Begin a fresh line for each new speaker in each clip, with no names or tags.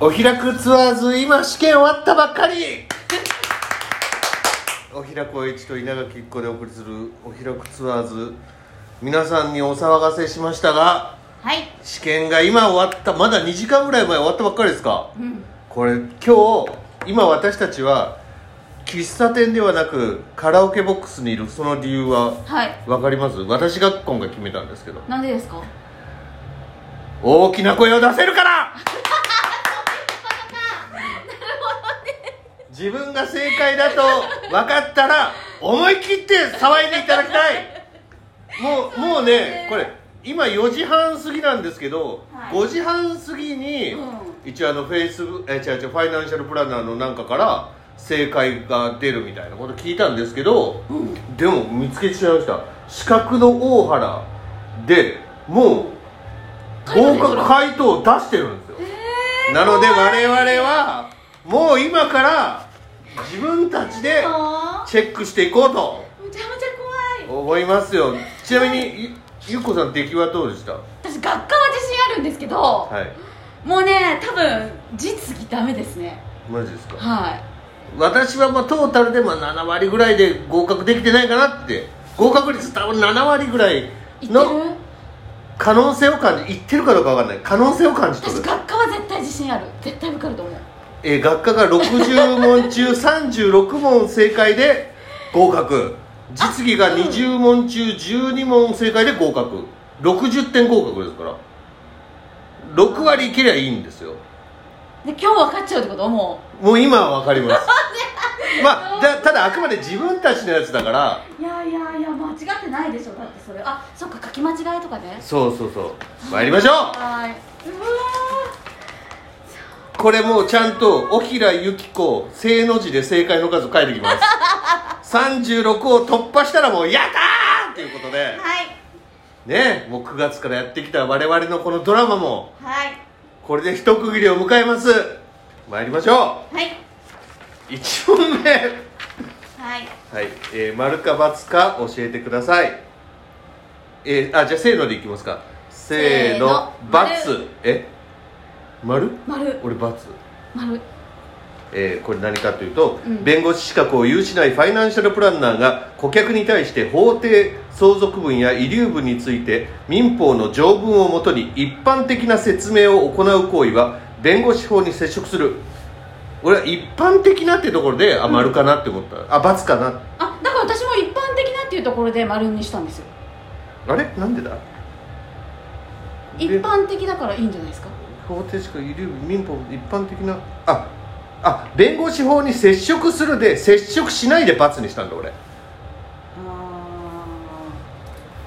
お開くツアーズ今試験終わったばっかり お開くお一と稲垣一子でお送りするお開くツアーズ皆さんにお騒がせしましたが
はい
試験が今終わったまだ2時間ぐらい前終わったばっかりですか
うん
これ今日今私たちは喫茶店ではなくカラオケボックスにいるその理由は
はい
わかります私が今回決めたんですけど
なんでですか
大きな声を出せる から自分が正解だと分かったら思い切って騒いでいただきたいもうもうねこれ今4時半過ぎなんですけど、
はい
5時半過ぎに、
うん
一応あのフェイスブえ違う違うファイナンシャルプランナーのなんかから正解が出るみたいなこと聞いたんですけど、でも見つけちゃいました四角の大原でもう合格回答を出してるんですよ、なので我々はもう今から自分たちで
あ
チェックしていこうと
ーむちゃむちゃ怖い
思いますよちなみにゆゆっこさん出来はどうでしたは
私学科は自信あるんですけど
い
もうね多分実技ダメですね
マジですか
はい
私はまあトータルでまあ7割ぐらいで合格できてないかなって合格率多分7割ぐらい
言って
の
る
可能性を感じ言ってるかどうかわかんない可能性を感じ取
私
る、
学科は絶対自信ある絶対受かると思う
えー学科が60問中36問正解で合格実技が20問中12問正解で合格60点合格ですから6割いけりゃいいんですよ
で今日分かっちゃうってことも
もう今はわかりますまあだただあくまで自分たちのやつだから
ういやいやいや間違ってないでしょだってそれあそっか書き間違いとかね
そうそうそう参りましょう
はーいうわ
これもうちゃんと「おひらゆきこ」正の字で正解の数書いてきます36を突破したらもう「やったー!」ということで
ーはい
ねもう9月からやってきた我々のこのドラマも
はい
これで一区切りを迎えます参りましょ
はいう
1問目は
はい
い、えー、丸か×か教えてくださいえー、あじゃあせーのでいきますかせーの
せーの
×え丸
丸
俺×
丸
えーこれ何かというと、
うん
弁護士資格を有しないファイナンシャルプランナーが顧客に対して法定相続分や遺留分について民法の条文をもとに一般的な説明を行う行為は弁護士法に接触する俺は一般的なってところであ丸かなって思った、あ×かな
あだから私も一般的なっていうところで丸にしたんですよ
あれなんでだ
一般的だからいいんじゃないですか
法定資格遺留分民法一般的なああ弁護士法に接触するで接触しないで×にしたんだ俺
あ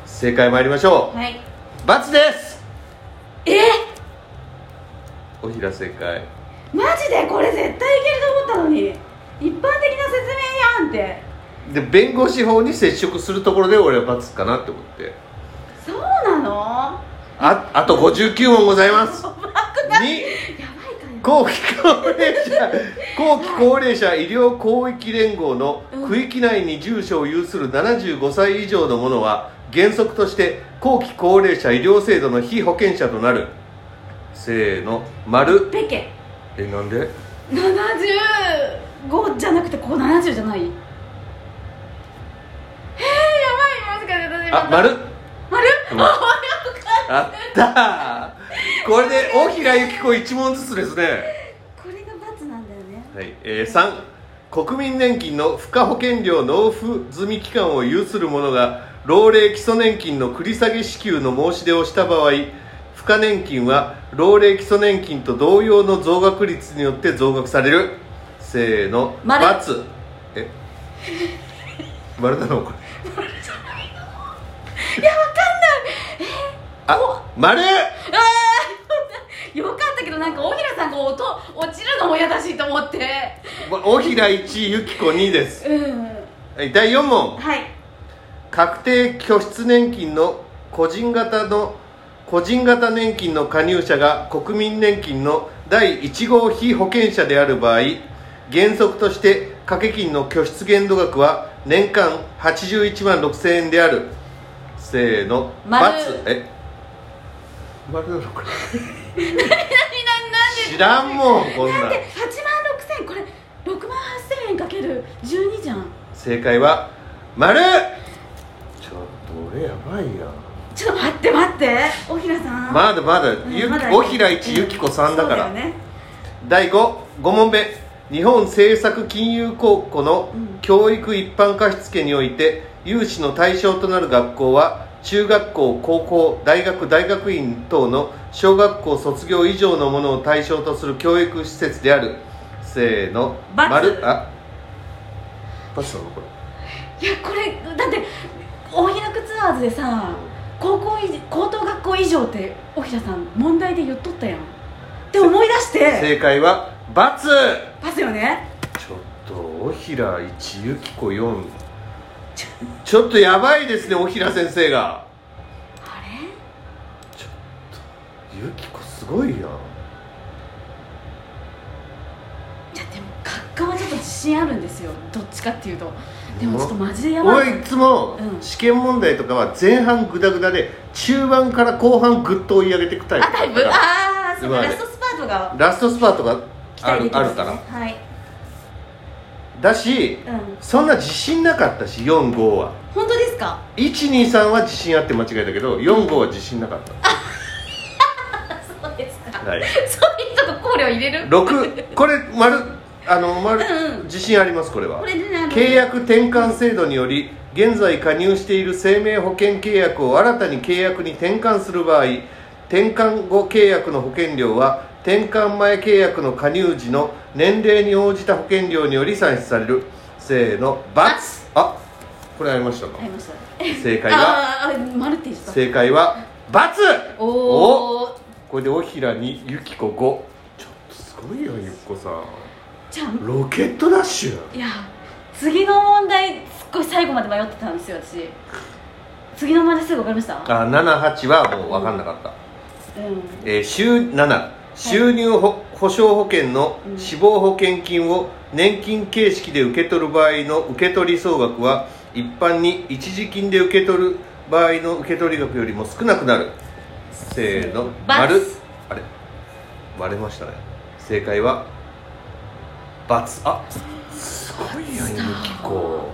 正解参りましょ
はい。
う×です
え
おひら正解
マジでこれ絶対いけると思ったのに一般的な説明やんって
で弁護士法に接触するところで俺は罰かなって思って
そうなの
ああと59問ございますに
やばいかよ
後期高齢者後期高齢者医療広域連合の区域内に住所を有する75歳以上の者は原則として後期高齢者医療制度の被保険者となるせーの丸
ペケ
えなんで
75じゃなくてここ70じゃないえー、やばいもしかして私ま
あ
た
丸
丸
うんあったーこれで大平由紀子1問ずつですね
これが罰なんだよね
はいえー、3国民年金の付加保険料納付済み期間を有する者が老齢基礎年金の繰り下げ支給の申し出をした場合付加年金は老齢基礎年金と同様の増額率によって増額されるせーの
丸
×え丸なのこれいやわかんないえあ
あーよかったけどなんか大平さんこう音落ちるのも嫌だしと思って
丸おひら1ゆきこ2です
うん
はい第4問
はい
確定拠出年金の個人型の個人型年金の加入者が国民年金の第1号被保険者である場合原則として掛け金の拠出限度額は年間81万6000円であるせーの
丸
×え丸なのこれ
なななんで
知らんもんこんな
だっ
ん
て8万6000これ6万8000円かける12じゃん
正解は丸ちょっと俺やばいやん
ちょっと待って待って大平さん
まだまだ
うん
ゆ
まだ
小平一ゆき子さんだか
そう
ら
よね
第55問目日本政策金融公庫の
うん
教育一般貸付において融資の対象となる学校は中学校高校大学大学院等の小学校卒業以上のものを対象とする教育施設であるせーの
バツ
丸あバツなのこれ
いやこれだって大平区ツアーズでさ高校い高等学校以上って大平さん問題で言っとったやんって思い出して
正解はバツ
パスよね
ちょっとおひら1ゆきこ4ちょっとやばいですねおひら先生が
あれ
ゆきこすごいやん
いやでも学科はちょっと自信あるんですよどっちかっていうとでもちょっとマジでやば
俺
い
いつも
うん
試験問題とかは前半グダグダで中盤から後半グッと追い上げていくタイ
あ
プ
タイプああそう
今ま
か
で
ラストスパートが
ラストスパートが
期
あ
待
る
でき
あ
ま
る
す
か
ね
ら
はい
だし
うん
そんな自信なかったし45は
本当ですか
123は自信あって間違えたけど45は自信なかっ
そうですか
た、はい、
そういうとこ考慮入れる
6これ丸あの丸
うんうん
自信ありますこれは
これでねあの
契約転換制度により現在加入している生命保険契約を新たに契約に転換する場合転換後契約の保険料は転換前契約の加入時の年齢に応じた保険料により算出されるせーの×あこれありましたか
買いました
正解は
あーあー丸って言ってた
正解は×
お
お
お
これでおひらにゆきこ5ちょっとすごいよゆきこさん
じゃあ
ロケットダッシュ
いや次の問題すっごい最後まで迷ってたんですよ私次の問題すぐ分かりました
あ78はもう分かんなかった、
うん
えー週7収入保,、障保険の
うん
死亡保険金を年金形式で受け取る場合の受け取り総額は一般に一時金で受け取る場合の受け取り額よりも少なくなるせーの
バツ
丸あれ割れましたね正解は×あすごいやんゆきこ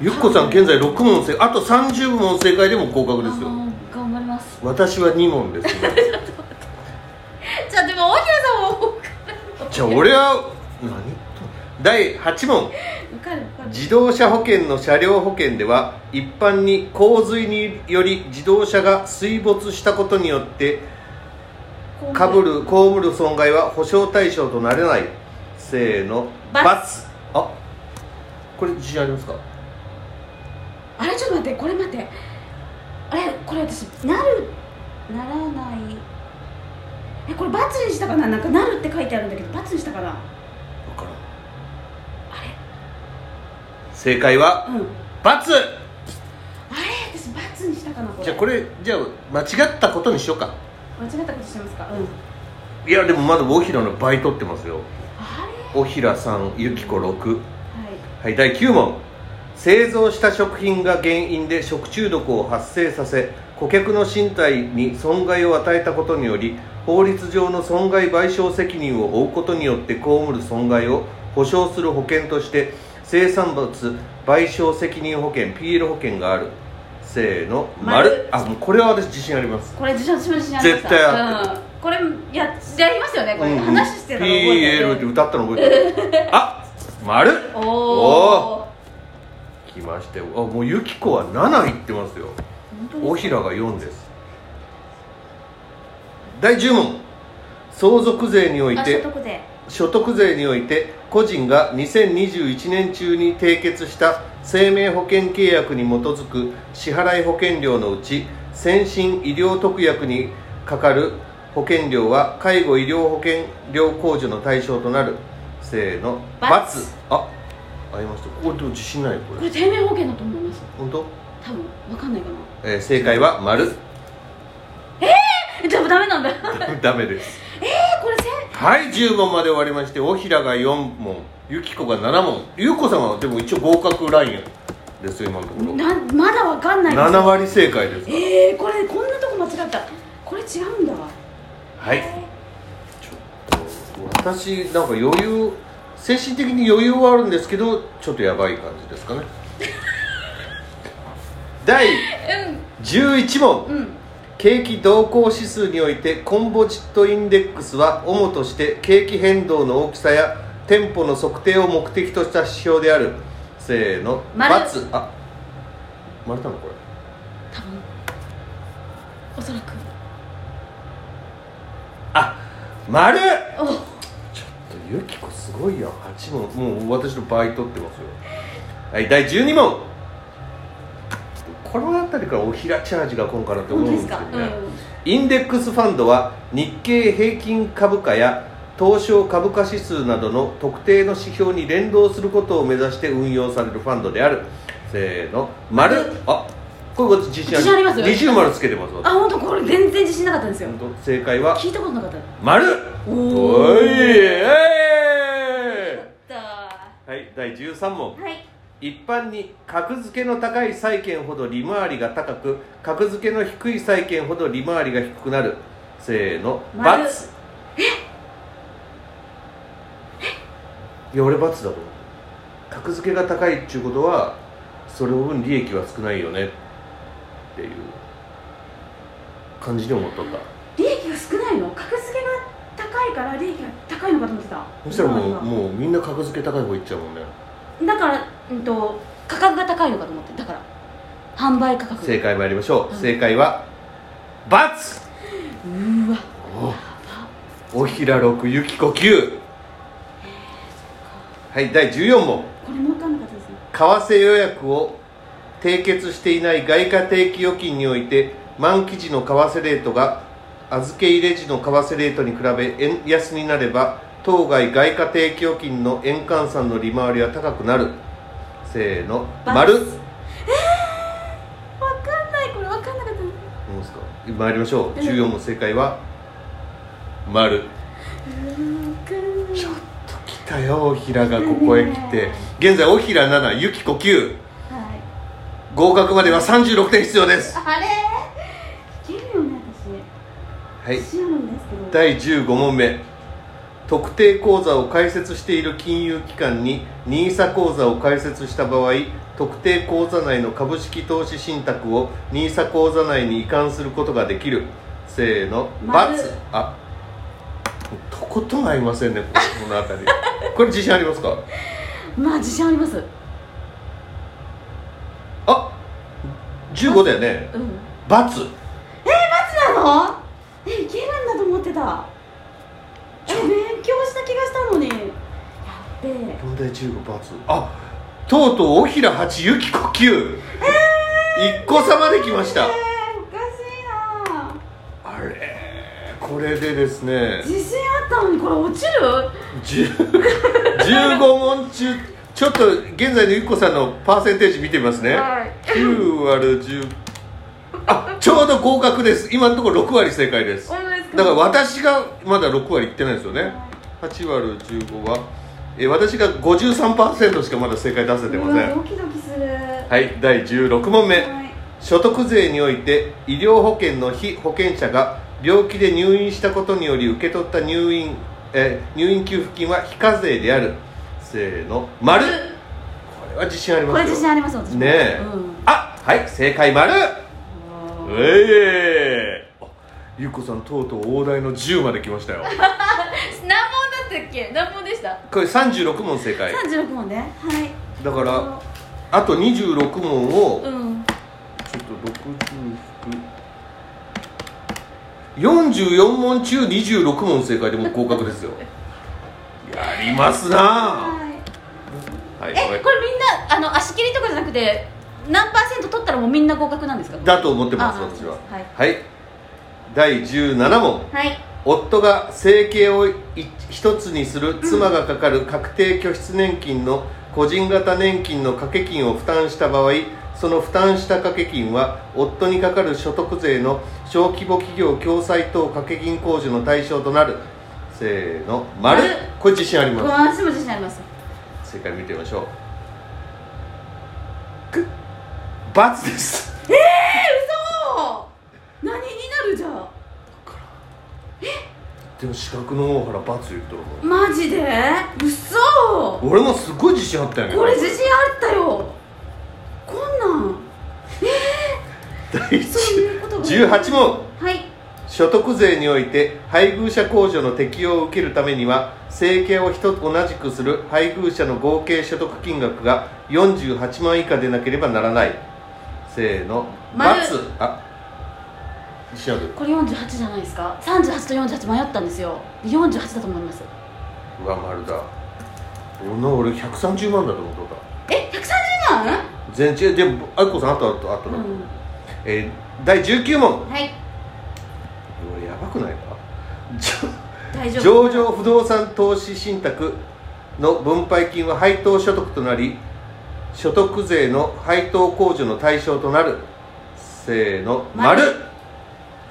ゆきこさん現在6問正あと30問正解でも合格ですよ
あー頑張ります
私は2問ですね
じゃあでも大平さんも
じゃあ俺は何言っとん第8問
受かる受かる
自動車保険の車両保険では一般に洪水により自動車が水没したことによって
こう
かぶる被る損害は保証対象となれないせーの
バツ
ツあこれ自信ありますか
あれちょっと待ってこれ待ってあれこれ私なるならないえこれバツにしたかななんかなるって書いてあるんだけどバツにしたかな
分からん正解は
うん
バツ
あれ私バツにしたかなこれ
じゃあこれじゃあ間違ったことにしようか
間違ったことしてますかうん
いやでもまだ大平の倍取ってますよ
あれ
大平さんゆきこ6
はい
はい、第9問製造した食品が原因で食中毒を発生させ顧客の身体に損害を与えたことにより法律上の損害賠償責任を負うことによって被る損害を保障する保険として生産物賠償責任保険 PL 保険があるせーの丸
丸
あもうこれは私自信あります
これ自信自信ありまし
絶
た
対合って
うん、これややりますよねこれ、
うんうん
話してたの覚えて
PL って
る
歌ったの覚えてるあ丸
お
お
お
来ましたよあもうゆきこは7いってますよおひらが4です第10問相続税におい
あ所
て
得税
所得税において個人が2021年中に締結した生命保険契約に基づく支払い保険料のうち先進医療特約にかかる保険料は介護医療保険料控除の対象となるせーの
×
×あありましたこれでも自信ないよこ
こ
れ
れ生命保険だと思います
本当、
多分わかんないかな
えー正解は丸
えじゃあダメなんだえ
ダメです
これせ
はい10問まで終わりましておひらが4問ゆきこが7問ゆうこさんはでも一応合格ラインですよ今のところ
なまだわかんない
7割正解ですから
えー、これこんなとこ間違ったこれ違うんだ
はい
え
ちょっ私なんか余裕精神的に余裕はあるんですけどちょっとやばい感じですかね第11問、
うん
景気動向指数においてコンポジットインデックスは主として景気変動の大きさや店舗の測定を目的とした指標であるせーの
丸
×あ丸太のこれ
多分おそらく
あ丸
お
ちょっとゆきこすごいやん8問もう私の倍取ってますよはい第12問この辺りからおひらチャージが来んかなって思
本
う
当
ん
で
ですすけど
か、
ね、
うん
インデックスファンドは日経平均株価や東証株価指数などの特定の指標に連動することを目指して運用されるファンドであるせーの丸あこれ私自信あ
自信あり
り
ます
二重丸つけてます私
あ本当これ全然自信なかったんですよ
本当正解は
聞いたことなかった
丸
お
おいえい
やった
はい第13問
ーはい
一般に格付けの高い債券ほど利回りが高く格付けの低い債券ほど利回りが低くなるせーの
丸
×いや俺×だと思う格付けが高いっちゅうことはそれ分利益は少ないよねっていう感じに思っとった
利益が少ないの格付けが高いから利益が高いのかと思ってた
そしたらも
今
うもうみんな格付け高い方いっちゃうもんね
今だからうんと価格が高いのかと思ってだから販売価格
正解参りましょう、
うん
正解は×
うーわ
おおひら6ゆきこ9はい第14問
これも分かんなかったですね
為替予約を締結していない外貨定期預金において満期時の為替レートが預け入れ時の為替レートに比べ円安になれば当該外貨定期預金の円換算の利回りは高くなるせーの
バツ
丸
分かんないこれ分かんなかったです
どうですか参りましょう14問正解は丸ちょっと来たよおひらがここへ来て現在おひら7ゆきこ9
はい
合格までは36点必要です
あれいけるよね
は
私
い
自信あるんですけど
第15問目特定口座を開設している金融機関に NISA 口座を開設した場合特定口座内の株式投資信託を NISA 口座内に移管することができるせーの
丸
×あとことん合いませんねここの辺りこれ自信ありますか
まあ自信あります
あ15だよね
うん
×
なのえいけるんだと思ってたえ勉強した気がしたのにやっべえ
問題15バツあとうとうおひら8ゆきこ9一個差まで来ました
えー、おかしいな
あれこれでですね
自信あったのにこれ落ちる
10 15問中ちょっと現在のゆきこさんのパーセンテージ見てみますね
はい
9割る10あちょうど合格です今のところ6割正解です
本当ですか
だから私がまだ6割いってないですよね8割る15はえ私が53%しかまだ正解出せてませ
うんわドキドキするは
はい第16問目所得税において医療保険の被保険者が病気で入院したことにより受け取った入院えー入院給付金は非課税であるせーの丸これは自信あり
こ
ま
れ
すよ
自信あります私も
ねえ
うん
あはい正解丸
あ
ええあゆうこさんとうとう大台の10まで来ましたよ
ー何問だったっけ何問でした
これ36問正解
三十六問ねはい
だからあと26問を
うん
ちょっと60引く44問中26問正解でもう合格ですよやりますな
はい
あはい
えこれみんなあの足切りとかじゃなくて何パーセント取ったらもうみんな合格なんですか
だと思ってます
あ
私は
はい
はい第17問
はい
夫が生計をい一つにする妻がかかる確定拠出年金の個人型年金の掛け金を負担した場合その負担した掛け金は夫にかかる所得税の小規模企業共済等掛け金控除の対象となるせーの丸
丸
これ自信あり
これ
ま
私も自信あります
す正解見てみましょうく×です
そう何になるじゃん
でも四角の大原バツ言ったらも
マジで嘘
う俺もすごい自信あったよね
これ自信あったよこんなん
第 一
そういうことが
18問
はい
所得税において配偶者控除の適用を受けるためには生計を一つ同じくする配偶者の合計所得金額が48万以下でなければならないせーの
丸
×あ西野君
これ48じゃないですか38と48迷ったんですよ48だと思います
うわ丸だ女俺130万だと思ってた
え130万
全然でもあっこさんあとあとあとだ、
うん
えー第19問
はい
これやばくないかじょ
大丈夫
上場不動産投資信託の分配金は配当所得となり所得税の配当控除の対象となるせーの
丸
丸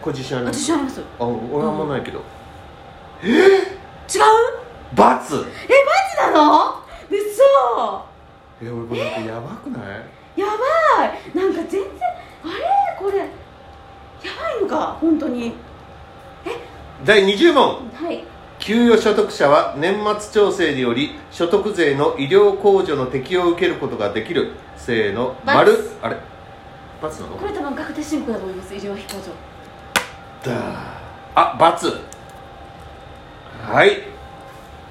これ自信ありま
あ自
す
信あります違う
あ俺はあんまないけど×
えマジなの嘘
え俺これなんかやばくない
やばいなんか全然あれこれやばいのか本当に
第20問
はい
給与所得者は年末調整により所得税の医療控除の適用を受けることができるせーの
×
丸あれ×なの
これ多分確定申告だと思います医療費控除
だあバツはい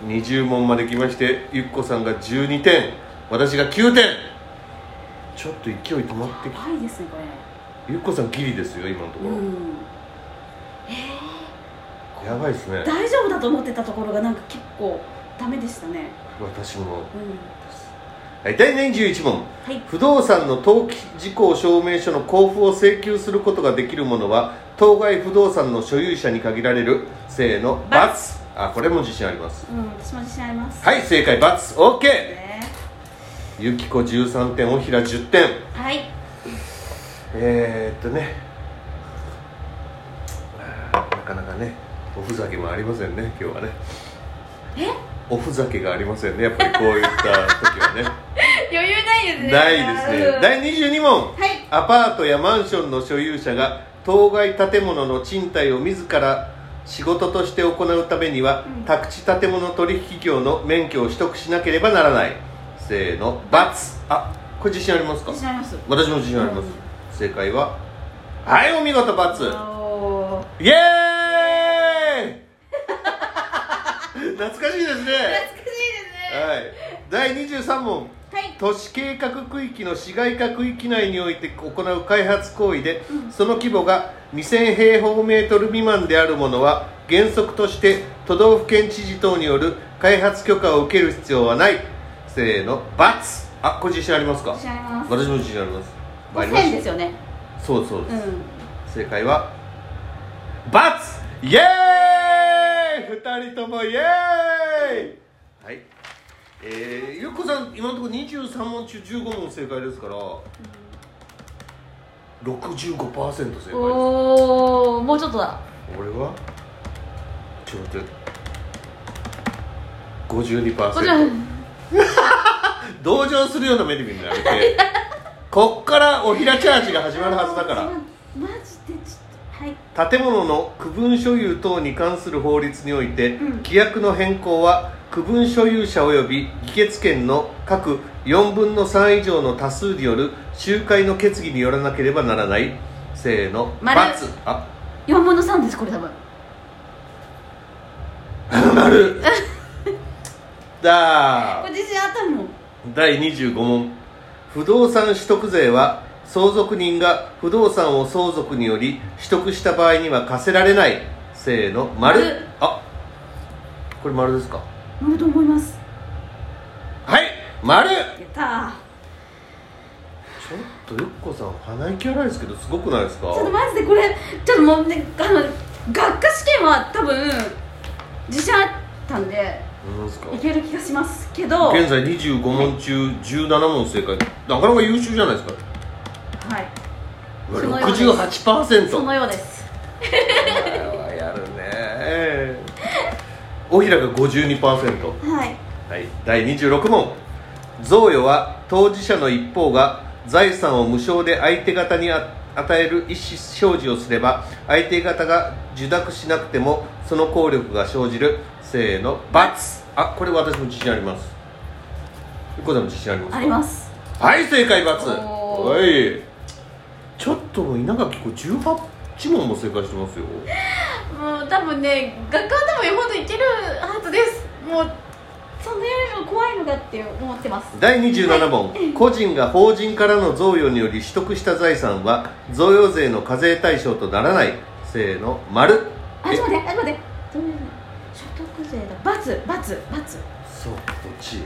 20問まで来ましてゆっこさんが12点私が9点ちょっと勢い止まってき
やばいですねこれ
ゆっこさんギリですよ今のとこ
う
ろ、
ん
やばいですね
大丈夫だと思ってたところがなんか結構ダメでしたね
私も
うん
はい第21問
はい
不動産の登記事項証明書の交付を請求することができるものは当該不動産の所有者に限られるせーの
バ
バツあこれも自信あります
うん私も自信あります
はい正解バツ OK
ね
ゆきこ13点おひら10点
はい
えー、っとねあーなかなかねおふざけもありませんね今日はね
え
おふざけがありませんねやっぱりこういった時は ね
余裕ないですね
ないですね第22問
はい
アパートやマンションの所有者が当該建物の賃貸を自ら仕事として行うためには、
うん
宅地建物取引業の免許を取得しなければならないせーの×あこれ自信ありますか
自信あります
私も自信あります、正解ははいお見事バツ
おー
イエーイ 懐かしいですね
懐かしいですね
はい第23問
はい
都市計画区域の市街化区域内において行う開発行為で、
うん
その規模が2000平方メートル未満であるものは原則として都道府県知事等による開発許可を受ける必要はないせーのバツあこれ自信ありますか
自信あります
私も自信あります参りまし
5000
た
ですよね
そうそうで
う
す、
ん
正解はバツイエーイ二人ともイエーイはいえー、ゆっこさん今のところ23問中15問正解ですから、65%正解です俺
おおもうちょっとだ
はちょっと待って
こちら
52%同情するような目で見るのやめてこっからおひらチャージが始まるはずだから
マジでちょっとはい
建物の区分所有等に関する法律において、
うん
規約の変更は区分所有者及び議決権の各4分の3以上の多数による集会の決議によらなければならないせーの
丸
×あ
4分の3ですこれ多分
丸だー
これ自信あったもん
第25問不動産取得税は相続人が不動産を相続により取得した場合には課せられないせーの丸
丸
あこれ丸ですか
乗ると思います
はい丸ち
やったー
ょっとゆっこさん鼻息荒いですけどすごくないですか
ちょっとマジでこれちょっともうねあの学科試験は多分自信あったんで
なんですか
いける気がしますけどはい
現在25問中17問正解なかなか優秀じゃないですかうわ
そのようです
68%
そのようです
やるねおひらが52%
はい
はい、第26問贈与は当事者の一方が財産を無償で相手方にあ与える意思表示をすれば相手方が受諾しなくてもその効力が生じるせーの罰あこれ私も自信ありますこれでも自信ありますか
あります
はい正解罰
お
おいちょっともう稲垣これ18問も正解してますよ
もう多分ね学科でもよほどいけるはずですもうそれよりも怖いのだって思ってます
第27問、個人が法人からの贈与により取得した財産は贈与税の課税対象とならないせーの丸
あちょっと待ってあちょっと待ってどういうの所得税だ罰罰罰
そうこっち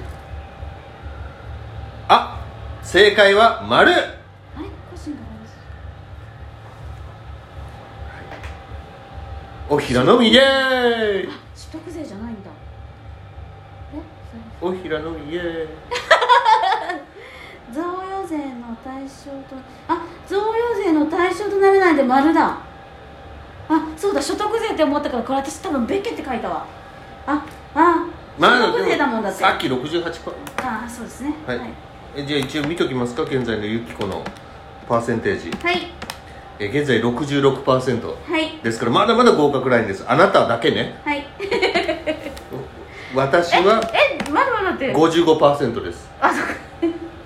あ正解は丸
あれ個人があるんです
おひらのみイエーイ
あ取得税じゃないんだえそれ
おひらのみイエーイ
贈与税の対象とあ贈与税の対象とならないで丸だあそうだ所得税って思ったからこれ私多分ベッケって書いたわああ所得税だもんだって
さっき68パー
あそうですね
はい
はい、
えじゃあ一応見ときますか現在のユキコのパーセンテージ
はい
え現在66%
はい
ですからまだまだ合格ラインですあなただけね
はい
私は
えまだまだって
55%です
あそっ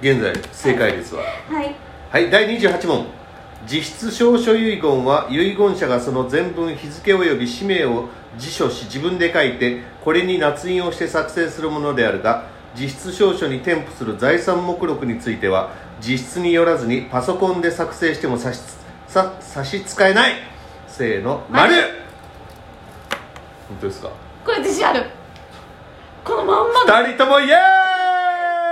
現在正解率は
かはい
はい第28問実質証書遺言は遺言者がその全文日付及び氏名を辞書し自分で書いてこれに捺印をして作成するものであるが実質証書に添付する財産目録については実質によらずにパソコンで作成しても差しさ差し支えないせーの丸
丸
本当ですか
これ自信あるこのまんまだ
2人ともイエーイ
本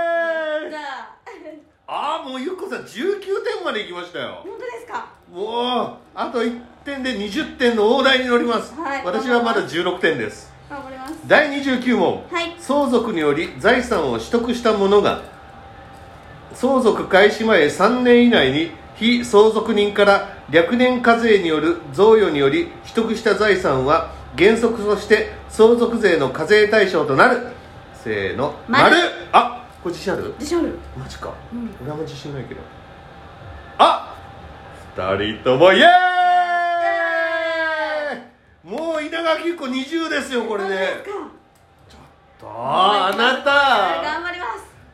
ああもうゆっこさん19点までいきましたよ
当ですか
もうあと1点で20点の大台に乗ります、
はい
私はまだ16点です
頑張ります
第29問
はい
相続により財産を取得した者が相続開始前3年以内に非相続人から略年課税による贈与により取得した財産は原則として相続税の課税対象となるせーの
丸
あこれ自信ある
自信ある
マジか
うん
俺あんま自信ないけどあ二人ともイエーイもう稲垣子20ですよこれで、
本当です
あ
か
ああな
はい
た
頑張りま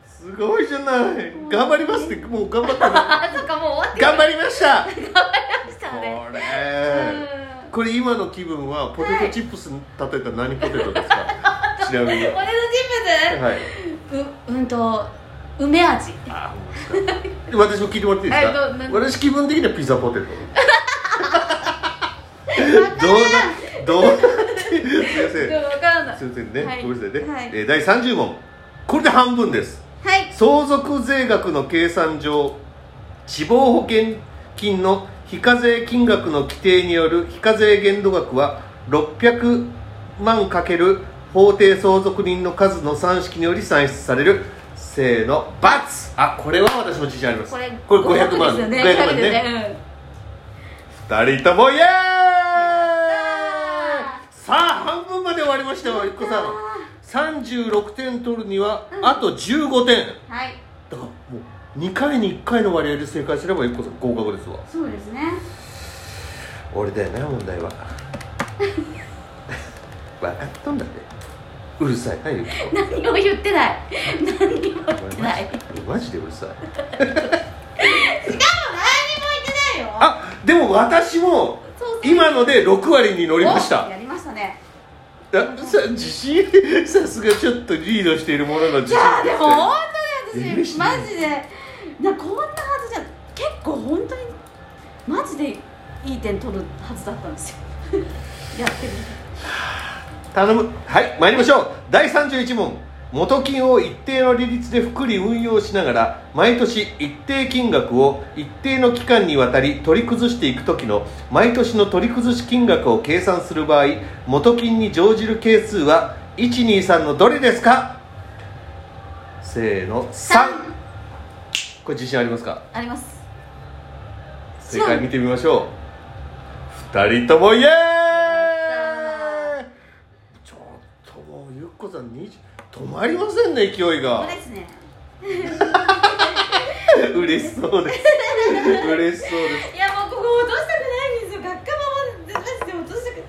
す
すごいじゃない頑張りますってもう頑張ったの
あそっかもう終わって
頑張りました
ました
こ
ね
れ
うん
これ今の気分はポテトチップスに例えたら何ポテトですかちなみに
ポテ
は
トチ
い
ップスううんと梅味
あ面白い私も聞いてもらっていいです
えどう
か
何
私気分的にはピザ ポテトどうなどうなすいません
分からない
すいませんね、
はい
ごめんなさいね、
はい
えー第30問これで半分です
はい
相続税額の計算上死亡保険金の非課税金額の規定による非課税限度額は600万かける法定相続人の数の算式により算出されるせーの×あこれは私も自信あります
これ
これ500万
ですよね
500万ね
ですね
2人ともイエーイ
や
さあ半分まで終わりましたよゆっこさん36点取るにはあと15点、
うんはい
だからもう2回に1回の割合で正解すれば1個さん合格ですわ
そうですね
俺だよな問 題は分かっとんだってうるさいなゆき
何を言ってない何にも言って
お
な
前
い
マジマジでうるさい
何にも言ってないよ
あでも私も
そうそう
今ので6割に乗りまし
お
た
やりましたね
あさ自信さすがちょっとリードしているものの自
じ
信
ゃあ
ですね
でも本当に
嬉し
私
い
マジでなこんなはずじゃ結構本当にマジでいい点取るはずだったんですよ やってる
頼むはい参りましょう第31問元金を一定の利率で複利運用しながら毎年一定金額を一定の期間にわたり取り崩していく時の毎年の取り崩し金額を計算する場合元金に乗じる係数は123のどれですかせーの3これ自信ありますか
あります
正解見てみましょう2人ともイエーイ
や
ちょっともうゆっこさん20止まりませんね勢い
こ
が
れですね
嬉しそうです嬉しそうです
いやもうここ落としたくないんですよ学科はまで全然落としたくない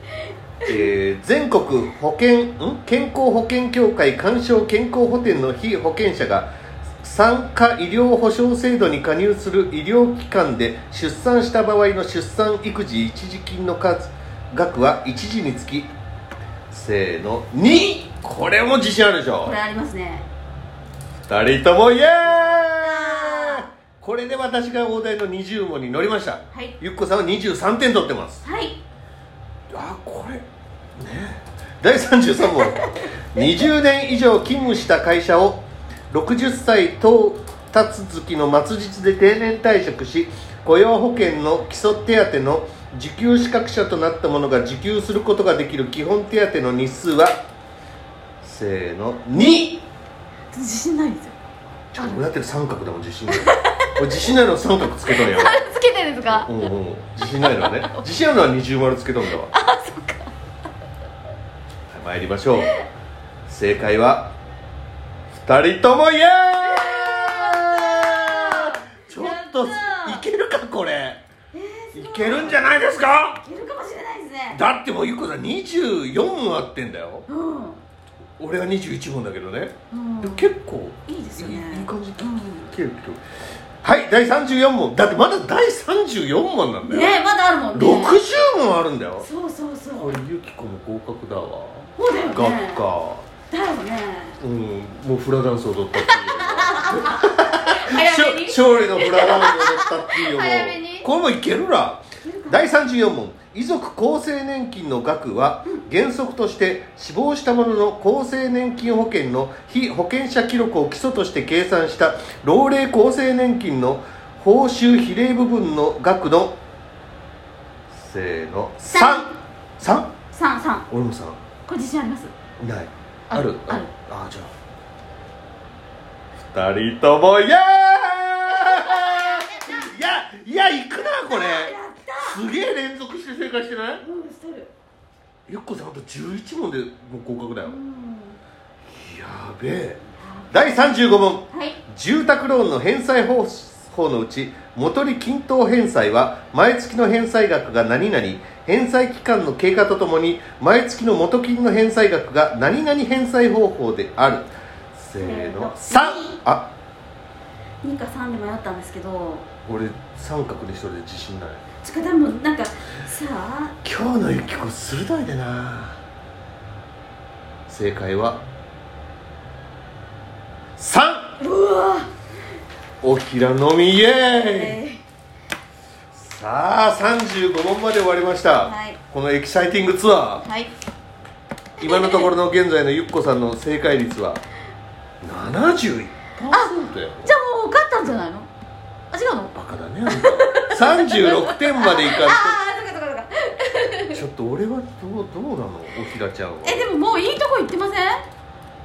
えー全国保険ん健康保険協会鑑賞健康保険の被保険者が産科医療保障制度に加入する医療機関で出産した場合の出産育児一時金の数額は一時につきせーの2これも自信あるでしょ
これありますね
2人ともイエーイこれで私が大台の20問に乗りました、
はい
ゆっこさんは23点取ってます
はい
あこれね第33問20年以上勤務した会社を60歳到達月の末日で定年退職し雇用保険の基礎手当の受給資格者となった者が受給することができる基本手当の日数はせーの2
自信ないんですよ
ちょっと俺やってる三角でも自信ない俺自信ないのは三角つけとんやわ
つけてるんですか
うんうん自信ないの はね自信あるのは二重丸つけとんだわあそっか参りましょう正解は二人ともイエーイちょっとい
やったー
けるかこれ
えー
い
すごい
けるんじゃないですか
いけるかもしれないですね
だってもうゆっこさん24問あってんだよ
うん、うん、
俺は21問だけどねでも結構
いいですよね
いいいい感じき
うん
きてるけどはい第34問だってまだ第34問なんだよ、
ねえまだあるもんね
60問あるんだよ
そうそうそう
これゆきこも合格だわ
そうだよね
学科
だよね
うんもうフラダンス踊ったっていう
早めに
勝勝利のフラダンス踊ったっていうよもう
早めに
これもいけるら第34問遺族厚生年金の額は原則として死亡した者の厚生年金保険の非保険者記録を基礎として計算した老齢厚生年金の報酬比例部分の額のせーの
三
3?
三三
俺も3
これ自信あります
ない
あ
ある
ある
あじゃあ二人ともイエーイいやいや行くなこれ
やった
すげえ連続して正解してない
うんしてる
ゆっこさんあと11問でもう合格だよ
うん
やべえ第35問
はい
住宅ローンの返済方法のうち元利均等返済は毎月の返済額が何々返済期間の経過とともに毎月の元金の返済額が何々返済方法であるせーの
せー
3
の
あ
二か三で迷ったんですけど
俺三角にしとるで自信ない
つかでもなんかさあ
今日のゆきこ鋭いでな正解は3
うわ
おきらのみイエーイ、
え
さあ35問まで終わりました、
はい
このエキサイティングツア
ーはい
ー今のところの現在のゆっこさんの正解率は71%だよ
じゃあもう受かったんじゃないのあ違うの
バカだねあんた36点までい
あ
か
あそうかそうかそうか
ずちょっと俺はどうどうなのおひらちゃんは
えでももういいとこ行ってません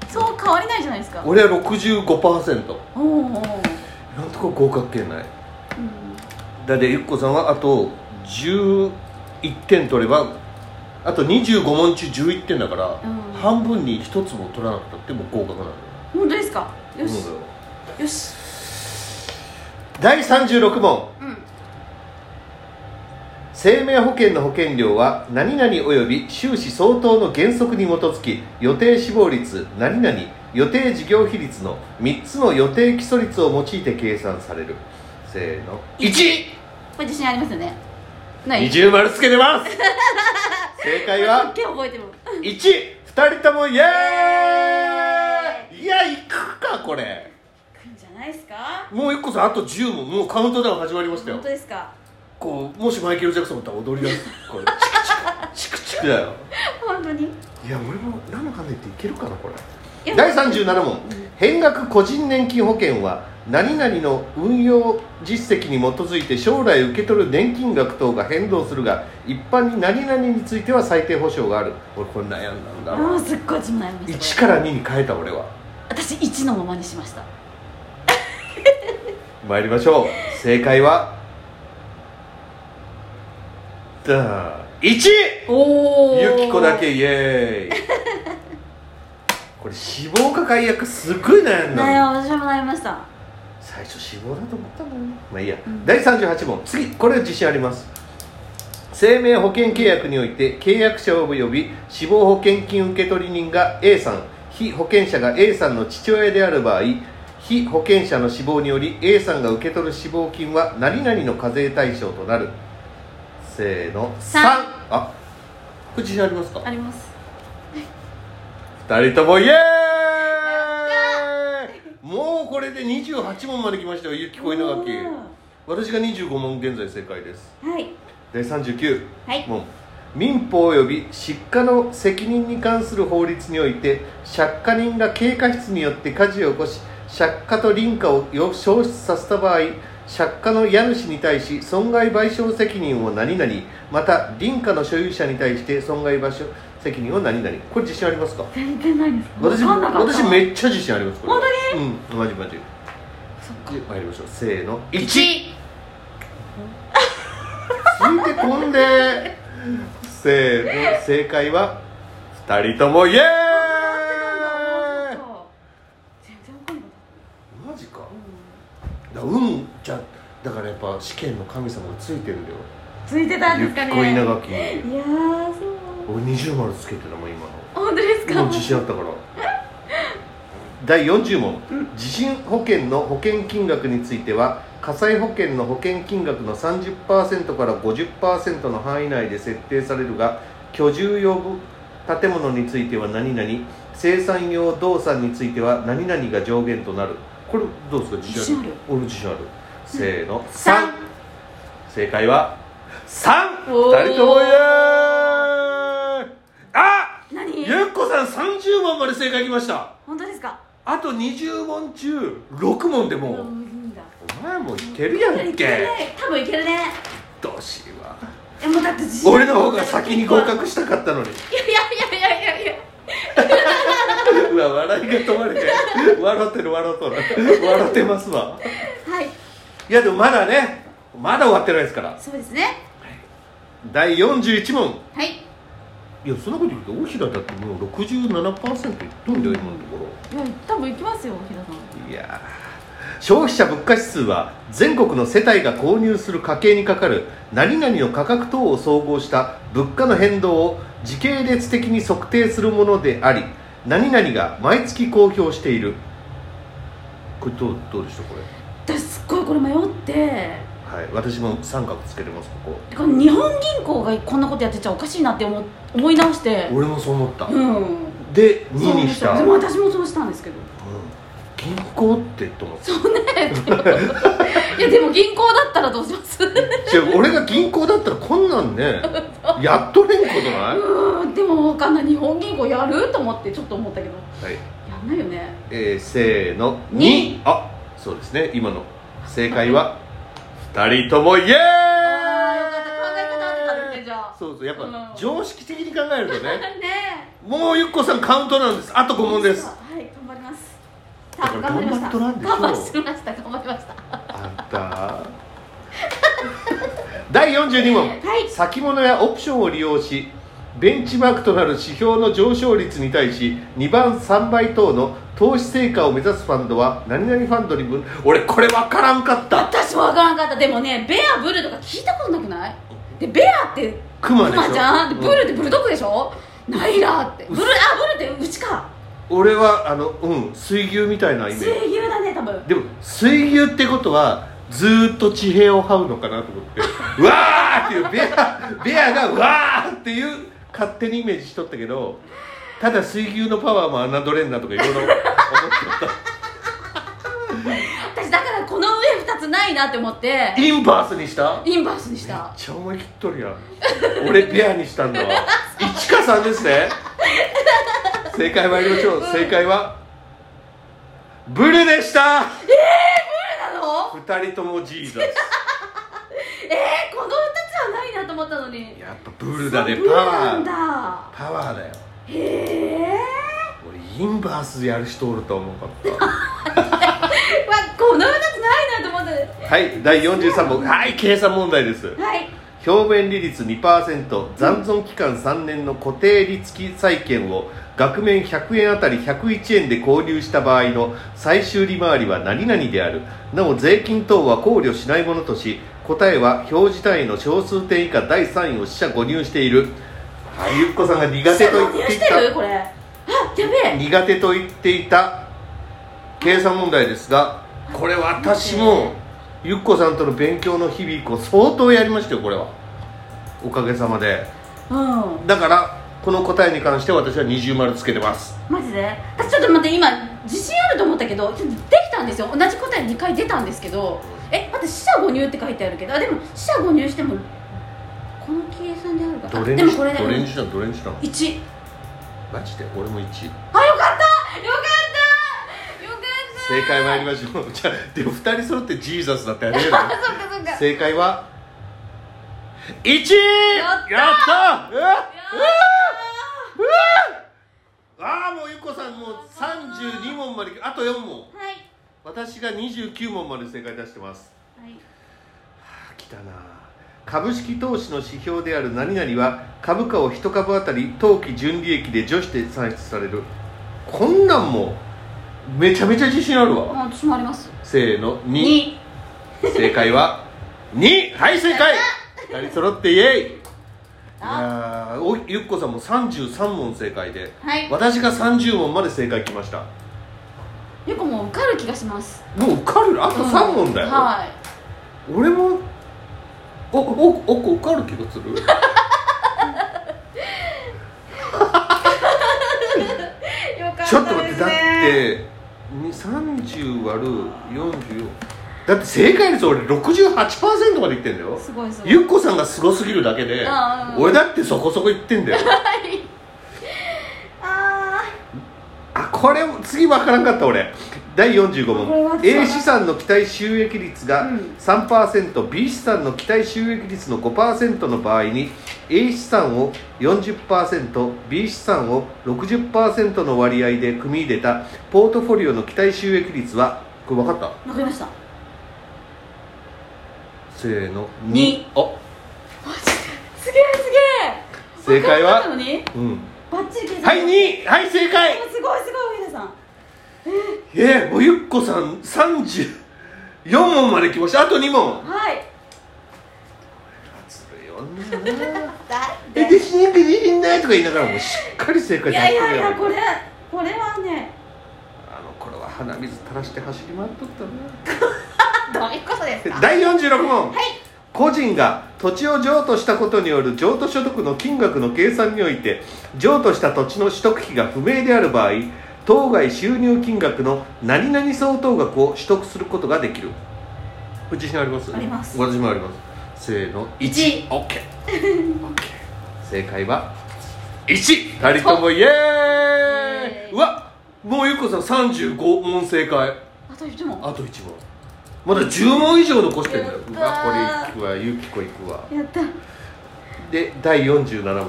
そう変わりないじゃないですかお
俺は65%
おーおー
なんとか合格圏内
うん
だってゆっこさんはあと11点取ればあと25問中11点だから、
ん
半分に1つも取らなくたっても合格なのよ
本当ですかよし、
うん
よし
第36問
うん
生命保険の保険料は何々および収支相当の原則に基づき予定死亡率何々予定事業比率の3つの予定基礎率を用いて計算されるせーの1
これ自信ありますよねない
二重丸つけて ます正解
すっ
は
げえ覚えてる
12人ともイエーイいやいくかこれ
くんじゃないですか
もう1個さんあと10問もうカウントダウン始まりましたよ
本当ですか
こうもしマイケル・ジャクソンだったら踊りだすこれチクチクチクチクだよ
本当に
いや俺も何のかんないっていけるかなこ
い
れ
や
第37問変額個人年金保険は何々の運用実績に基づいて将来受け取る年金額等が変動するが一般に何々については最低保障がある俺これ悩んだんだ
あ
わ
ーすっごい自慢ありました
1から2に変えた俺は
私1のままにしました
参りましょう正解はだ 1!
おお
ゆきこだけイエーイ これ脂肪か解約すっごい悩ん
だ
だの
よ私もなりました
最初脂肪だと思ったもんまあいいや、
うん
第38問次これは自信あります生命保険契約において契約者及び死亡保険金受取人が A さん被保険者が A さんの父親である場合被保険者の死亡により A さんが受け取る死亡金は何々の課税対象となるせーの
三
3あこれ自信ありますか
あります
2人ともイエーイもうこれで28問まで来ましたよゆきこ稲垣私が25問現在正解です
はい
第39
はい
問民法及び失火の責任に関する法律において借家人が経過室によって火事を起こし借家と林家をよ消失させた場合借家の家主に対し損害賠償責任を何々また林家の所有者に対して損害賠償責任を何々これ自信ありますか
全然ないです
私
わかんなかった
私めっちゃ自信ありますこれ
本
当にうんマジマジ
そっか
で参りましょうせーの1つい
一
てこんでせーの正解は2人ともイエーイ
全然わかんなかっ
マジか
た
だうんじゃだからやっぱ試験の神様がついてるんだよ
ついてたんですか
ゆっこ
ね
稲垣
いやーそう
俺二重丸つけてたもん今の
本当ですか
もう自信あったから第40問、地震保険の保険金額については火災保険の保険金額の30%から50%の範囲内で設定されるが居住用建物については何々生産用動産については何々が上限となるこれどうですか自信ある
自信ある
俺自信あるせーの
三
3正解は3
おー
二人ともイエーイあ
何
ゆっこさん30問まで正解きました
本当ですか
あと20問中6問でも
う
うん
いいんだ
お前もういけるやん
いる
け
ね多分いけるね
どうしようわ
えもうだって自信
俺の方が先に合格したかったのに
いやいやいやいやいやいや
うわ笑いが止まれて笑ってる笑っとる笑ってますわ
はい
いやでもまだねまだ終わってないですから
そうですね
第41問
はい
いやそんなこと言うと大平だってもう67%いっとんだよ今のところ
いや多分いきますよ平さん
いやー消費者物価指数は全国の世帯が購入する家計にかかる何々の価格等を総合した物価の変動を時系列的に測定するものであり何々が毎月公表しているこれどうどうでしょうこれ
私すっごいこれ迷って
はい私も三角つけてますここ
この日本銀行がこんなことやってちゃおかしいなって思思い直して
俺もそう思った
うん
で
そう
2にした、
で
う
も
ん、
私もそうしたんです けど
銀行ってと思って
そうねっていうこといやでも銀行だったらどうします
違う俺が銀行だったらこんなん ねやっとれんことない、は
うんでもわかんない日本銀行やると思ってちょっと思ったけど
い
やんないよね
えー、せーの
に
あそうですね今の正解は2人ともイエーイ
あーよかった考え方合ってたんですねじゃあ
そうそうやっぱ、
うん
常識的に考えるとね
ね
もうゆっこさんカウントなんですあと5問です
はい頑張ります
だから
頑張りました
頑張
頑
っとらんでしょ
張りました頑張りました
あんた第42問、
はい
先物やオプションを利用しベンチマークとなる指標の上昇率に対し2番3倍等の投資成果を目指すファンドは何々ファンドに分俺これ分からんかった
私もわからんかったでもねベアブルとか聞いたことなくないでベアって
クマ
ク
でしょ
マちゃんで
う
ブルってブルドッグでしょナイラーってブルあブルってうちか
俺はあのうん水牛みたいなイメ
水
ージ
牛だね多分
でも水牛ってことはずーっと地平を這うのかなと思って うわーっていうベアベアがうわーっていう勝手にイメージしとったけどただ水牛のパワーも侮れんなとかいろいろ思っちゃっ
私だからこの上2つないなって思って
たインバースにしためっ
インバースにした
ちゃ思い切っとるやん俺ベアにしたんだわ1か3ですね正解参りましょう正解はブルでした
なの
2人ともジーザス
えー、この2つはないなと思ったのに
やっぱブルだねパ
ブルな
ワ
ん
ー
だ
パワーだよ
へえ
俺インバースやる人おるとは思わなかっ
この2つないなと思って
た はい第43問はい計算問題です
はい
表面利率2%残存期間3年の固定利付き債券を額面100円あたり101円で購入した場合の最終利回りは何々であるなお税金等は考慮しないものとし答えは表示単位の小数点以下第3位を四捨五入しているはいゆっこさんが苦手と言
入
ってい
してるこ
た
れあやべえ
苦手と言っていた計算問題ですがこれ私もゆっこさんとの勉強の日々以降相当やりましたよこれはおかげさまで
うん
だからこの答えに関して私は二重丸つけてます
マジで私ちょっと待って今自信あると思ったけどちょっとできたんですよ同じ答え2回出たんですけどえ待って四捨五入って書いてあるけどあでも四捨五入してもこの計算であるから
ど
あ
れ
で
に
も
し
これで
どれにしたのどれにしたの
1
マジで俺も1
あよかったよかったよかった
正解参りましょうじゃあでも2人揃ってジーザスだってあり えない
あそっかそっか
正解は1や
やったー
ったーうわ
いや
うわああもうゆっこさんもう32問まであと4問
ーはい
私が29問まで正解出してます
はい
あ来たな株式投資の指標である何々は株価を1株当たり当期純利益で除して算出されるこんなんもめちゃめちゃ自信あるわ
あ私もあります
せーの2
2
正解は2はい正解2人揃ってイエイい
あ
やーおゆっこさんも33問正解で
はい
私が30問まで正解きました
よくもう受かる気がします
もう受かるあと3問だよ、
うんはい
俺もおおお受かる気がす る
よかったですね
ちょっと待ってだってに30割る44だって正解率俺68%までいってんだよ
すごいすごい
ゆっこさんがすごすぎるだけで
ああうん
俺だってそこそこいってんだよ
あ
あこれも次分からんかった俺第45
これは
問
そう
A 資産の期待収益率が
うん
3%B 資産の期待収益率の5%の場合に A 資産を 40%B 資産を60%の割合で組み入れたポートフォリオの期待収益率はこれ分かった
ーわかりました
せーの
に
あ
すげえすげえ
正解は
分かったのに
うん
バッチリ計算
はい2はい正解
すごいすごい上田さん
えー、もうゆっこさん34問まで来ましたあと2問
はい
つるいよな
だっ
え
て
できなきゃできないとか言いながらもしっかり正解
い
出し
や
て
い
る
やい
や
や
ん
これこれはね
あの頃は鼻水垂らして走り回っとったな
どういうことですか
第46問、
はい
個人が土地を譲渡したことによる譲渡所得の金額の計算において譲渡した土地の取得費が不明である場合当該収入金額の何々相当額を取得することができるこれ自信あります
あります
私もありますせーの
一
1OK 正解は1二人ともイエー
イエー
イ
イ
うわもうゆっこさん35問正解
あと一問
あと1問まだ10問以上残してるんだよ
やった
う
ー
わこれいくわゆきこいくわ
やった
で第47問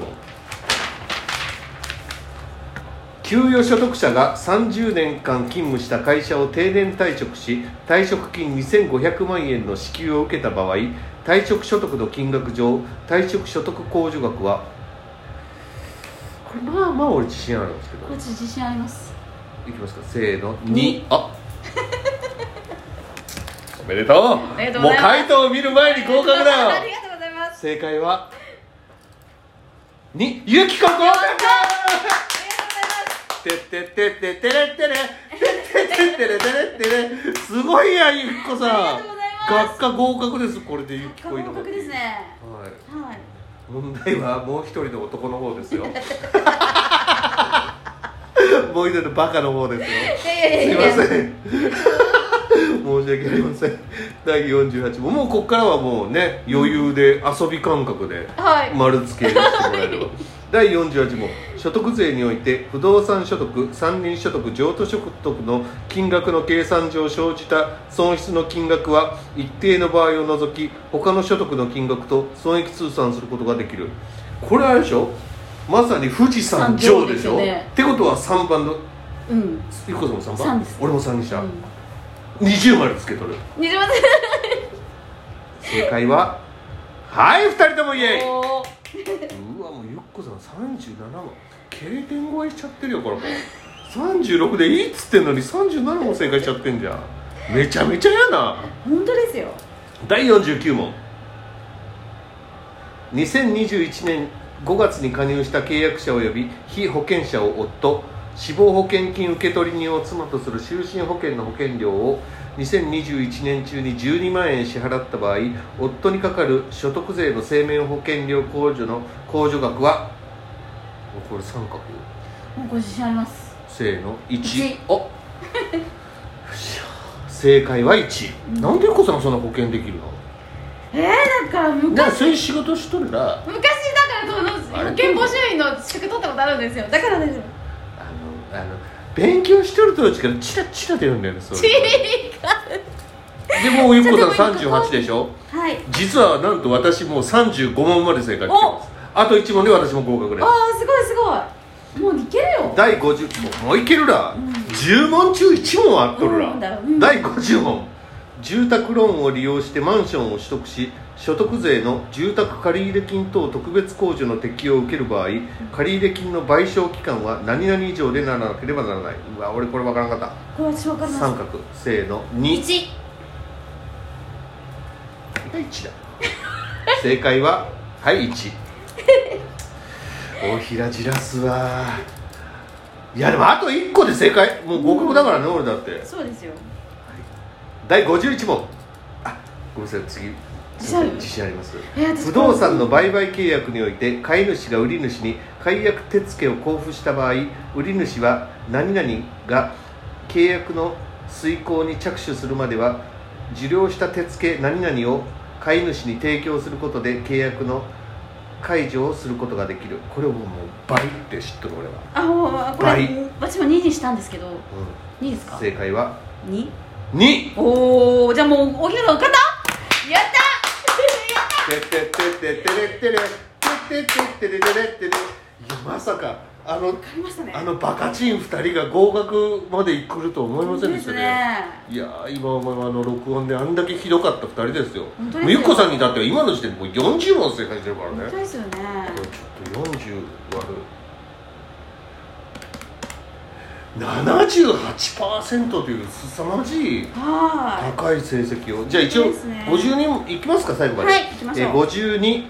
給与所得者が30年間勤務した会社を定年退職し退職金2500万円の支給を受けた場合退職所得の金額上退職所得控除額はこれまあまあ俺自信あるんですけど
こっち自信あります
いきますかせーの
に
あおめでとう
おめでとう
も
ご
う
ざいます
回答を見る前に合格だ
あ り
よ
がとうございます
正解はにゆきこ合格てってってってってれってれてってってってれてれってれすごいやんゆきこさ
あ
ん
りがとうございます
学科合格ですこれでゆき
あ
こ
り
い
がと
の
うございます合格ですね
はい
はい
問題はもう一人の男の方です よもう一人のバカの方ですよ
いや
す
いやい
い
や
ま
いや
せん申し訳ありません第48問もうここからはもうね余裕で遊び感覚で
はい
丸付けしてもらえれば第48問所得税において不動産所得山林所得譲渡所得の金額の計算上生じた損失の金額は一定の場合を除き他の所得の金額と損益通算することができるこれあれでしょまさに富士山上でしょ
山上ですよね
ってことは3番の
うん
ゆっこさんも3番
三です
俺も3にした、
うん
二重丸つけとる
にじません
正解ははい2人ともイエイ
おー
うわもうゆっこさん37問経点超えしちゃってるよこれもう36でいいっつってんのに37問正解しちゃってんじゃんめちゃめちゃやな
本当ですよ
第49問2021年5月に加入した契約者及び被保険者を夫死亡保険金受取人を妻とする就寝保険の保険料を2021年中に12万円支払った場合夫にかかる所得税の生命保険料控除の控除額はこれ三角
もうご自信あります
せーの1
一
お よっしゃ正解は1、なんでゆっこさんそんな保険できるの
えー、なんか
だから
昔
そういう仕事しとるら
昔だからこ
あれ
の保険募集員の資格取ったことあるんですよだからですよ
あのあの勉強しとる当時からチラチラ出るんだよねそれ
違
でもうゆっこさん
ちょっとでも
38でしょ
うはい
実はなんと私もう35問まで正解してま
お
すあと1問で私も合格です
ああすごいすごいもういけるよ
第50問もういけるら、10問中1問は合っとるら、
うんだうん
第50問住宅ローンを利用してマンションを取得し所得税の住宅借入金等特別控除の適用を受ける場合借入金の賠償期間は何々以上でならなければならないうわ俺これ分からんかった
これ私分かりま
三
す
角せーの2
1
が1だ正解ははい1おひらじらすわいやでもあと1個で正解もう合格だからね俺だって
そうですよ
第51問あごめんなさい次
自信ある
自信あります
えー、私
不動産の売買契約において買い主が売り主に解約手付を交付した場合売り主は何々が契約の遂行に着手するまでは受領した手付何々を買い主に提供することで契約の解除をすることができるこれをもう倍って知っとる俺は、
あもうこ
倍
れ私も2にしたんですけど
う
いいですか
ん、正解は
2?
2
おおじゃあもうお昼の方やった
てってってってってれってれてってってってれってれってれいやまさかあの
ありましたね
あのバカチン2人が合格まで来ると思いませんでしたねい
ね
やー今思えばあの録音であんだけひどかった2人ですよ
本当で
もう
すよ
ゆっこさんにだっては今の時点でもう40問正解してるからね
本
こ
当ですよね
れちょっと40割る78%というすさまじい
は
高い成績をじゃあ一応
いいですね
52もいきますか最後まで
はい行きましょう
えー52、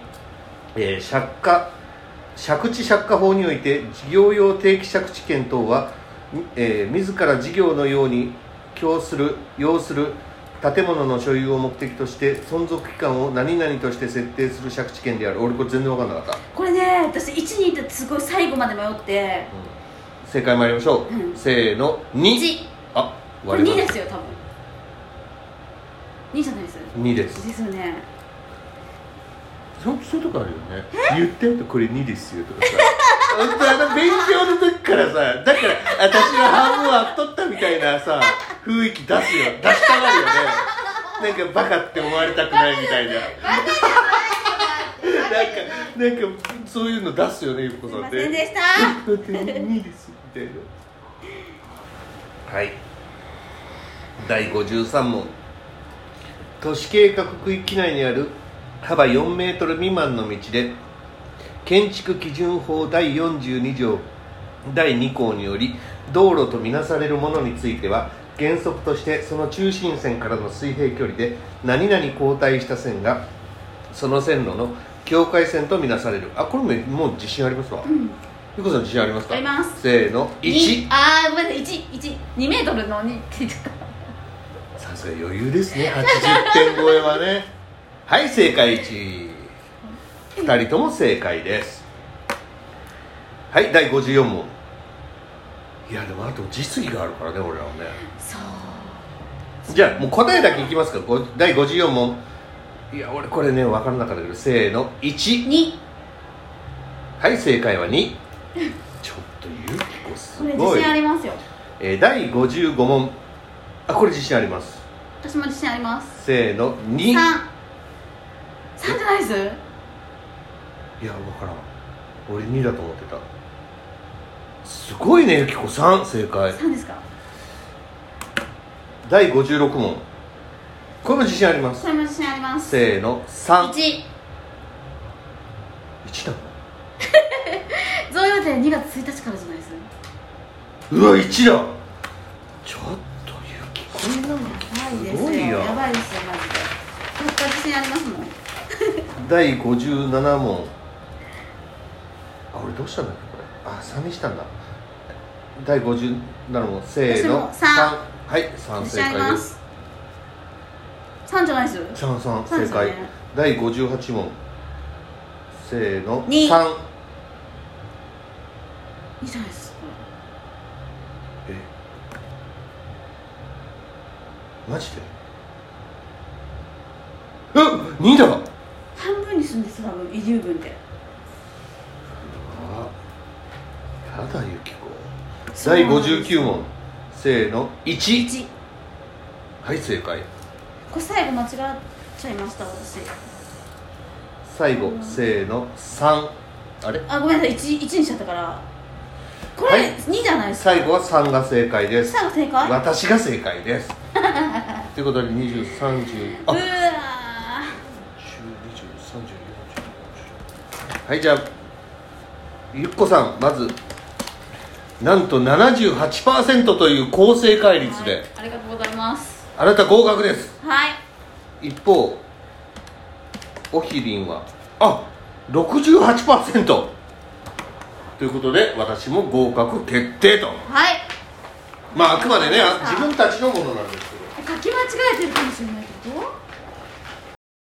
えー借家借地借家法において事業用定期借地権等は、みえー自ら事業のように供する要する建物の所有を目的として存続期間を何々として設定する借地権である俺これ全然分かんなかった、
いこれね私1にいってすごい最後まで迷って
うん正解参りましょう、
うん
せーの2
1
あ
これ2
ま
ですすよ多分2じゃないです
2です
ですよね
そうそういうとこあるよね言ってるとこれ2ですよとかさ本当あの勉強の時からさだから私は半分あっとったみたいなさ雰囲気出すよ出したがるよねなんかバカって思われたくないみたいななんかなんかそういうの出すよねゆっこ
すい
さん
ま
っ
せんで
て
した
だって2ですみたいな はい第53問都市計画区域内にある幅4メートル未満の道で建築基準法第42条第2項により道路とみなされるものについては原則としてその中心線からの水平距離で何々交代した線がその線路の境界線とみなされるあこれももう自信ありますわ、
ん
ゆこさん自信ありますか
あります
せーの
一
1
あーごめんなさい1 1 2メートルの2って言っちゃった
さすが余裕ですね80点超えはねはい正解12人とも正解ですはい第54問いやでもあと実技があるからね俺らはね
そう
じゃあもう答えだけいきますかご第54問いや俺これね分からなかったけどせーの1
2
はい正解は2ちょっとゆきこす
これ
ご
自
い
信ありますよ
えー第55問あこれ自信あります
私も自信あります
せーの2
3
いや
三じゃないです
分からん俺2だと思ってたすごいねゆきこ3正解
3ですか
第56問これも自信あります
それも自信あります
せーの3
1
1だ
贈与税2月1日からじゃないです
うわ1だちょっとゆきこんなの
やばいですす
ご
よ
いよ
やばいですよマジでこれ自信ありますもん
第57問あ俺どうしたんだっけこれあ三3にしたんだ第57問せーの
私も三
はい三正
しゃい
解
ま
です
す三じゃないですよ
三三
三
正
ですよ
解、
ね
第58問せーの
二
三
いいじゃないですか
えマジでえ二だ
半分にするんです多分遺留分って
あやだゆき子
そう
第
なんです
59問せーの1
1
はい正解
これ最後間違っちゃいました私
最後せーの3あれ
あごめんなさい 1, 1にしちゃったからこ
は
れ
い
2じゃないですか
最後は3が正解です
最後正解
私が正解 ですということで2030
う
あ
わ
102030はいじゃあゆっこさんまずなんと78%という高正解率で、
はいありがとうございます
あなた合格です
はい
一方おひりんはあ68%ということで私も合格決定と
はい
まああくまでねあ
そう
自分
ですか
たちのものなんですけど
書き間違えてるかもしれないってこと